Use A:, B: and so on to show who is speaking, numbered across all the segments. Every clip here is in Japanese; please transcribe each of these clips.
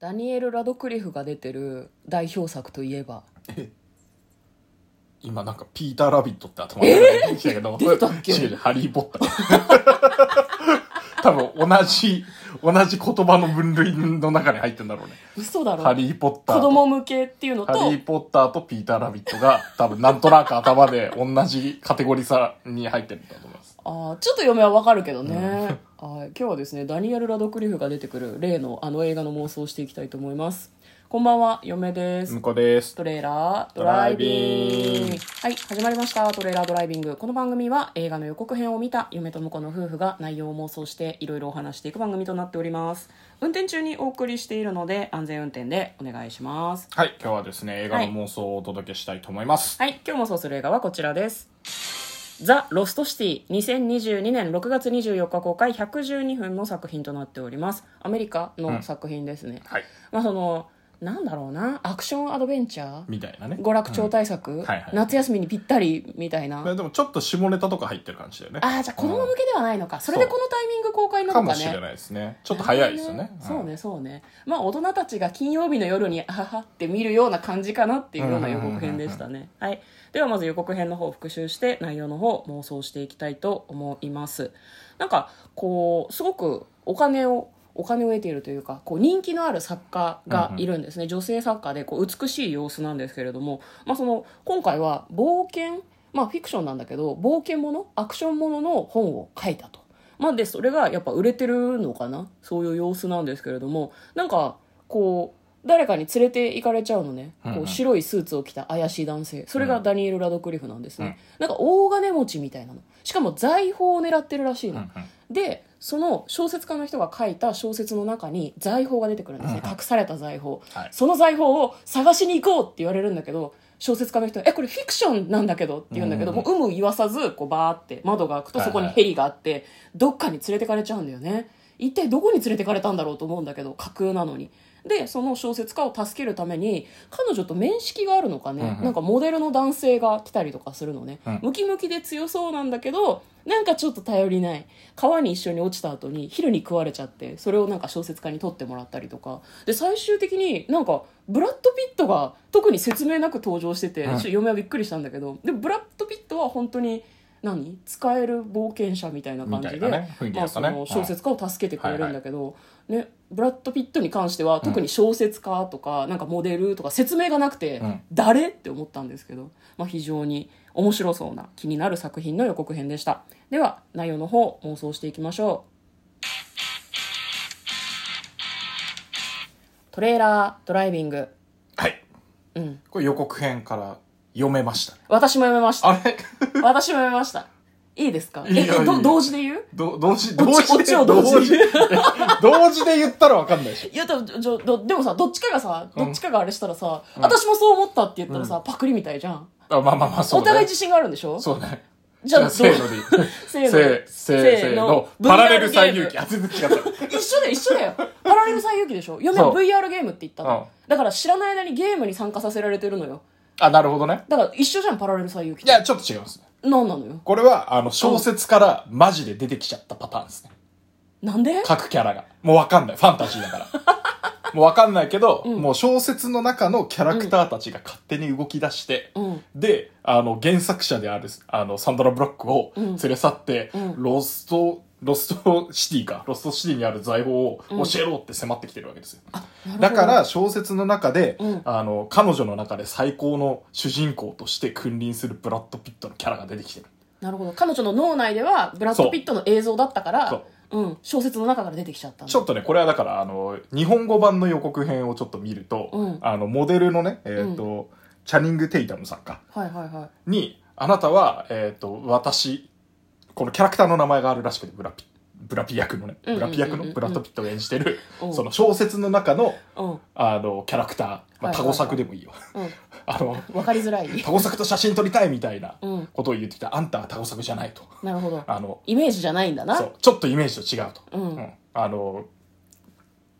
A: ダニエル・ラドクリフが出てる代表作といえば
B: 今なんかピーター・ラビットって頭に出てきたけど、
A: え出たっけ
B: 違う違うハリー・ポッター。多分同じ、同じ言葉の分類の中に入ってんだろうね。
A: 嘘だろ
B: ハリー・ポッター
A: 子
B: と。
A: 供向けっていうのと
B: ハリー・ポッターとピーター・ラビットが多分なんとなく頭で同じカテゴリーさに入ってるんだと思います。
A: あーちょっと嫁はわかるけどね、 はい今日はですねダニエル・ラドクリフが出てくる例のあの映画の妄想をしていきたいと思いますこんばんは嫁です、
B: 向こうです。
A: トレーラードライビン
B: ドライビン
A: グはい始まりましたトレーラードライビングこの番組は映画の予告編を見た嫁と婿の夫婦が内容を妄想していろいろお話していく番組となっております運転中にお送りしているので安全運転でお願いします
B: はい、今日はですね、映画の妄想をお届けしたいと思います。
A: はい、今日もそうする映画はこちらです。ザ・ロストシティ2022年6月24日公開112分の作品となっておりますアメリカの作品ですね、
B: はい。
A: まあそのなんだろうなアクションアドベンチャー
B: みたいなね。
A: 娯楽超大作、
B: んはいはい
A: 夏休みにぴったりみたいな、
B: うんでもちょっと下ネタとか入ってる感じだよね。
A: ああじゃあ子供向けではないのか、それでこのタイミング公開な
B: か
A: の
B: も
A: か
B: しれ
A: ね
B: ないですね。ちょっと早いですよね。。
A: そうんねそうねまあ大人たちが金曜日の夜にあははって見るような感じかなっていうような予告編でしたねはいではまず予告編の方を復習して内容の方を妄想していきたいと思いますなんかこうすごくお金をお金を得ているというかこう人気のある作家がいるんですね、女性作家でこう美しい様子なんですけれども、まあ、その今回は冒険まあフィクションなんだけど冒険ものアクションものの本を書いたとまあ、でそれがやっぱ売れてるのかなそういう様子なんですけれどもなんかこう誰かに連れて行かれちゃうのね、
B: うん
A: こ
B: うん
A: う白いスーツを着た怪しい男性それがダニエル・ラドクリフなんですね、なんか大金持ちみたいなのしかも財宝を狙ってるらしいの、
B: うんうん
A: でその小説家の人が書いた小説の中に財宝が出てくるんですね、
B: うん
A: 隠された財宝、
B: はい
A: その財宝を探しに行こうって言われるんだけど小説家の人は「えこれフィクションなんだけど」って言うんだけど、
B: うん
A: もう有無言わさずこうバーって窓が開くと
B: はいは
A: そ
B: い
A: こにヘリがあって、どっかに連れてかれちゃうんだよね一体どこに連れてかれたんだろうと思うんだけど架空なのにでその小説家を助けるために彼女と面識があるのかね、
B: うんうん
A: なんかモデルの男性が来たりとかするのね、
B: うん
A: ムキムキで強そうなんだけどなんかちょっと頼りない川に一緒に落ちた後に昼に食われちゃってそれをなんか小説家に撮ってもらったりとかで最終的になんかブラッド・ピットが特に説明なく登場してて、
B: うん
A: ちょっと嫁はびっくりしたんだけどでブラッド・ピットは本当に何使える冒険者みたいな感じで、
B: みたいなね雰囲気
A: ま
B: だ
A: あ、
B: った
A: そ
B: ね
A: の小説家を助けてくれるんだけど、ね、ブラッド・ピットに関しては特に小説家とか,、なんかモデルとか説明がなくて、
B: うん
A: 誰って思ったんですけど、まあ、非常に面白そうな気になる作品の予告編でしたでは内容の方妄想していきましょうトレーラードライビング
B: はい。
A: うん
B: これ予告編から読めましたね。
A: 私も読めました
B: あれ
A: 私も読めましたいいですか
B: いいよ
A: ええど
B: いいよ
A: 同時で言う
B: ど、同時、
A: オ
B: 同
A: チ
B: 時
A: オチ
B: で、
A: を同時に
B: 同時で言ったらわかんないでしょ。
A: いやでもじょどでもさどっちかがさ
B: うん
A: どっちかがあれしたらさ、私もそう思ったって言ったらさ、パクリみたいじゃん、
B: あ、まあまあまあ、そう
A: お
B: ね。
A: 互い自信があるんでしょ
B: そうね。
A: じゃあ
B: せーのでいい。
A: せーの
B: せー、せー、
A: せ
B: せ
A: ー
B: ー
A: の
B: の。パラレル
A: VR
B: 最有機。あ、全然違った。
A: 一緒だよ一緒だよパラレル最有機でしょ嫁は
B: そう
A: VR ゲームって言ったの、
B: う
A: だから知らない間にゲームに参加させられてるのよ
B: あ、なるほどね。
A: だから一緒じゃんパラレル最有機っ
B: い
A: て
B: や、ちょっと違いますね。
A: 何なのよ
B: これは、あの、小説からマジで出てきちゃったパターンですね。
A: なんで
B: 各キャラが。もうわかんない。ファンタジーだ から。もうわかんないけど、もう小説の中のキャラクターたちが勝手に動き出して、
A: うん
B: で、あの、原作者である、あの、サンドラ・ブロックを連れ去って、
A: うん
B: ロスト、ロストシティか、ロストシティにある財宝を教えろって迫ってきてるわけですよ。だから、小説の中で、
A: うん
B: あの、彼女の中で最高の主人公として君臨するブラッド・ピットのキャラが出てきてる。
A: なるほど彼女の脳内ではブラッド・ピットの映像だったから、
B: そう
A: ん、小説の中から出てきちゃったの
B: ちょっとね、これはだから、あの、日本語版の予告編をちょっと見ると、
A: うん
B: あの、モデルのね、えっ、と、チャニング・テイタムさんか、
A: はいはいはい
B: に、あなたは、えっ、と、私、このキャラクターの名前があるらしくて、ブラピ、ブラピ役のね、
A: うんう
B: ブ
A: んうんう
B: ラ
A: ん
B: ピ役のブラッド・ピットが演じてる、
A: うん
B: その小説の中の、
A: うん
B: あの、キャラクター、ま
A: はいはいは
B: あ、
A: い
B: タゴ作でもいいよ。
A: う
B: あの、
A: んわかりづ らい
B: タゴ作と写真撮りたいみたいな
A: うん
B: ことを言ってきた、あんたはタゴ作じゃないと。
A: なるほど
B: あの、
A: イメージじゃないんだな
B: そうちょっとイメージと違うと、
A: うん
B: あの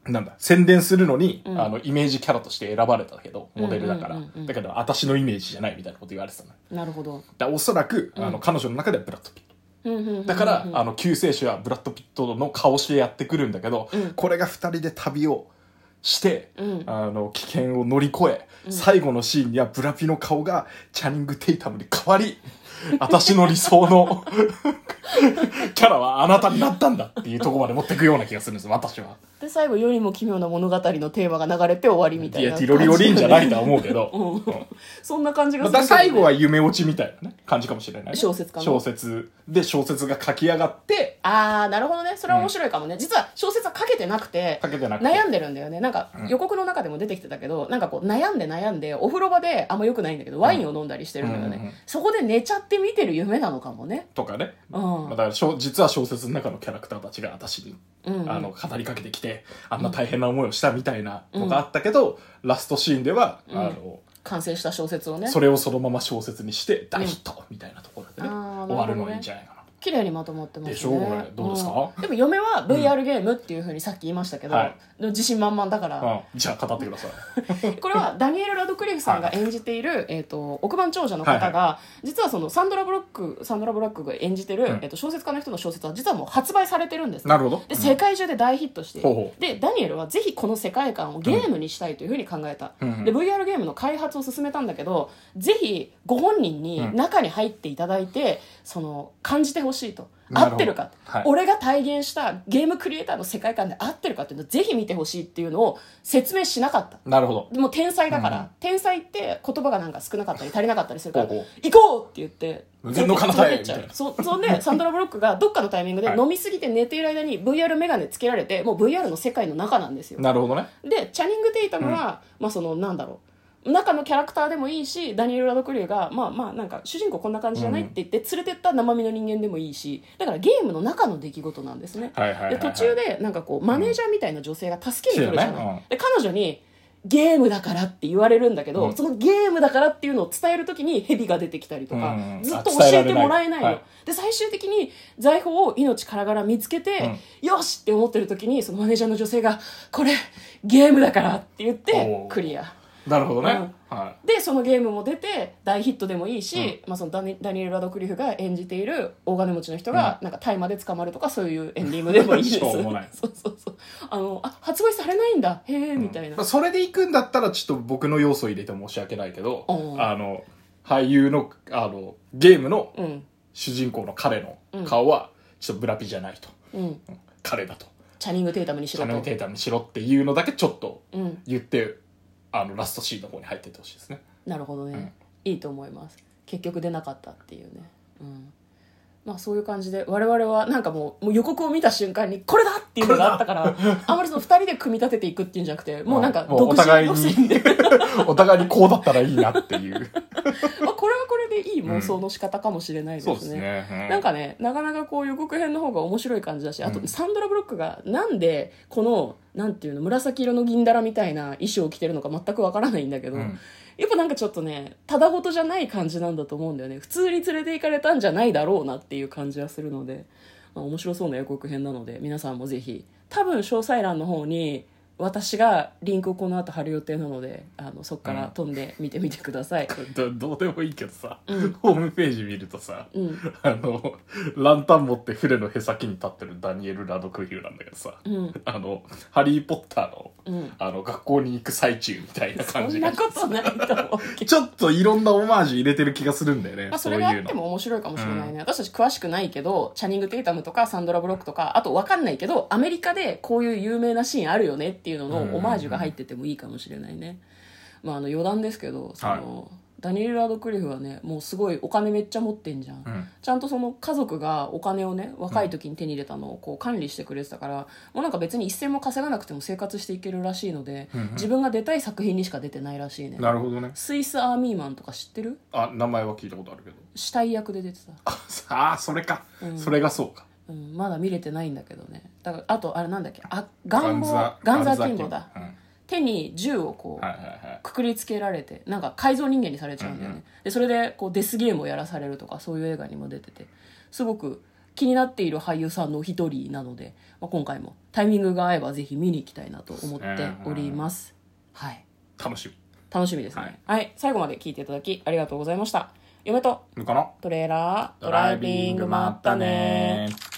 B: なんだ宣伝するのに、
A: うん
B: あのイメージキャラとして選ばれたけどモデルだから、
A: うんうんうんうん
B: だけど私のイメージじゃないみたいなこと言われてたのだか
A: なるほど
B: らおそらく、
A: うん
B: あの彼女の中ではブラッド・ピット
A: うんうんうんうん
B: だから、あの救世主はブラッド・ピットの顔してやってくるんだけど、
A: うん
B: これが2人で旅をして、
A: うん
B: あの危険を乗り越え、
A: うん
B: 最後のシーンにはブラピの顔がチャニング・テイタムに変わり私の理想の キャラはあなたになったんだっていうところまで持っていくような気がするんです私は。
A: で最後よりも奇妙な物語のテーマが流れて終わりみた
B: い
A: いな
B: や
A: 感
B: テ
A: じ
B: ィロリオリンじゃないとは思うけど、
A: うん
B: うん
A: そんな感じが
B: ます
A: るけど
B: た
A: ね
B: 最後は夢落ちみたいなね感じかもしれないね
A: 小説かな
B: 小説で小説が書き上がって
A: ああなるほどねそれは面白いかもね、実は小説は書けてなくて
B: 書けてなくて
A: 悩んでるんだよねなんか
B: うん
A: 予告の中でも出てきてたけど、なんかこう悩んで悩んでお風呂場であんま良くないんだけどワインを飲んだりしてるんだよね、
B: うんうんうん
A: そこで寝ちゃって見てる夢なのかもね
B: とかね、
A: うん
B: まあだから小実は小説の中のキャラクターたちが私に、
A: うんうん
B: あの語りかけてきてあんな大変な思いをしたみたいなのがあったけど、ラストシーンでは、
A: うん
B: あの
A: 完成した小説をね
B: それをそのまま小説にして大ヒットみたいなところでね、
A: うんあー
B: 終わるのがいいんじゃないかな
A: 綺麗にまとまってますね
B: でしょこれどうですか
A: んでも嫁は VR ゲームっていうふうにさっき言いましたけど、
B: はい
A: でも自信満々だから、
B: うんじゃあ語ってください
A: これはダニエル・ラドクリフさんが演じている、えー、と億万長者の方が、
B: はい
A: 実はそのサンドラ・ブロックサンドラ・ブラックが演じてる、
B: うん
A: えー、と小説家の人の小説は実はもう発売されてるんですね
B: なるほど
A: で世界中で大ヒットしている、
B: ほうほう
A: でダニエルはぜひこの世界観をゲームにしたいというふうに考えた、
B: うんうん
A: で VR ゲームの開発を進めたんだけどぜひご本人に中に入っていただいて、その感じてほしいと
B: なるほ
A: 合
B: ど
A: ってるか、
B: はい
A: 俺が体現したゲームクリエイターの世界観で合ってるかっていうのをぜひ見てほしいっていうのを説明しなかった
B: なるほど
A: でも天才だから、
B: うん
A: 天才って言葉がなんか少なかったり足りなかったりするから
B: ほうほ
A: 行こうって言って
B: 無限の彼方へ
A: 連れてっちゃう
B: みたいな
A: そそんでサンドラ・ブロックがどっかのタイミングで
B: はい
A: 飲みすぎて寝ている間に VR メガネつけられてもう VR の世界の中なんですよ
B: なるほどね
A: でチャニング・テイタムは、まあそのなんだろう中のキャラクターでもいいしダニエル・ラドクリューがまあまあなんか主人公こんな感じじゃないって言って連れてった生身の人間でもいいしだからゲームの中の出来事なんですね
B: はいはいはい、は
A: で
B: い、
A: 途中でなんかこうマネージャーみたいな女性が助けに来るじゃ
B: そう
A: ない、
B: だよね
A: で彼女にゲームだからって言われるんだけど、
B: うん
A: そのゲームだからっていうのを伝える時にヘビが出てきたりとか、
B: うんうん
A: ずっと
B: あ
A: 教
B: 伝え
A: え
B: られな
A: て
B: い
A: もらえないの、
B: はい
A: で最終的に財宝を命からがら見つけて、よしって思ってる時にそのマネージャーの女性が「これゲームだから」って言っ
B: お
A: て
B: ー
A: クリア。
B: なるほどね、
A: う
B: はい
A: でそのゲームも出て大ヒットでもいいし、まあ、そのダニダニエル・ラドクリフが演じている大金持ちの人がなんか大麻で捕まるとかそういうエンディングでもいいです
B: しょうもない
A: そうそうそうあのあ発売されないんだへえみたいな、
B: まあそれで行くんだったらちょっと僕の要素入れて申し訳ないけど、
A: うん
B: あの俳優のあのゲームの
A: うん
B: 主人公の彼の顔はちょっとブラピじゃないと、
A: うん
B: 彼だと
A: チャニング・テイタムにし
B: チャ
A: ろ
B: ンネル
A: と
B: テータにしろっていうのだけちょっと
A: うん
B: 言ってあのラストシーンの方に入ってってほしいですね
A: なるほどね、いいと思います結局出なかったっていうねうんまあそういう感じで我々はなんかもうもう予告を見た瞬間にこれだっていうのがあったからあんまりその2人で組み立てていくっていうんじゃなくてもうなんか
B: まあもう
A: 独
B: お
A: 自
B: 互い
A: の
B: に
A: 線で
B: お互いにこうだったらいいなっていう
A: まあこれはこれでいい妄想の仕方かもしれないですね,、
B: そうですね、う
A: なんかねなかなかこう予告編の方が面白い感じだしあとサンドラ・ブロックがなんでこのなんていうの紫色の銀だらみたいな衣装を着てるのか全くわからないんだけど、
B: うん
A: やっぱなんかちょっとねただごとじゃない感じなんだと思うんだよね普通に連れて行かれたんじゃないだろうなっていう感じはするので、まあ、面白そうな予告編なので皆さんもぜひ多分詳細欄の方に私がリンクをこの後貼る予定なのであのそこから飛んで見てみてください、
B: どどうでもいいけどさ、ホームページ見るとさ、
A: うん
B: あのランタン持って船のへさきに立ってるダニエル・ラドクリフなんだけどさ、
A: ん
B: あの「ハリー・ポッターの」
A: うん
B: あの学校に行く最中みたいな 感
A: そ
B: じ
A: ん
B: が
A: なことないと思うけど
B: ちょっといろんなオマージュ入れてる気がするんだよね、
A: まあ、そ
B: そうい
A: れが
B: う
A: あって
B: の。
A: も面白いかもしれないね、私たち詳しくないけどチャニング・テイタムとかサンドラ・ブロックとかあと分かんないけどアメリカでこういう有名なシーンあるよねっていうのの
B: うんうんうん
A: オマージュが入っててもいいかもしれないね、まあ、あの余談ですけどその、ダニエル・ラドクリフはねもうすごいお金めっちゃ持ってんじゃん、
B: うん
A: ちゃんとその家族がお金をね若い時に手に入れたのをこう管理してくれてたから、もうなんか別に一銭も稼がなくても生活していけるらしいので、
B: うんうん
A: 自分が出たい作品にしか出てないらしいね
B: なるほどね。
A: スイスアーミーマンとか知ってる
B: あ、名前は聞いたことあるけど。
A: 死体役で出てた
B: あ、さあ、それか、それがそうか。
A: うん、まだ見れてないんだけどねだからあとあれなんだっけあ願望
B: ガ
A: ガ
B: ン
A: ン
B: ザ
A: ザ
B: ー
A: ーキングだ、
B: うんはい
A: 手に銃をこう、
B: はいはい。
A: くくりつけられてなんか改造人間にされちゃうんだよね、でそれでこうデスゲームをやらされるとかそういう映画にも出ててすごく気になっている俳優さんの一人なので、まあ、今回もタイミングが合えばぜひ見に行きたいなと思っております、はい
B: 楽し
A: 楽しみですねはい、最後まで聞いていただきありがとうございました嫁と
B: み。かな
A: トレーラードライビングまったね
B: ー。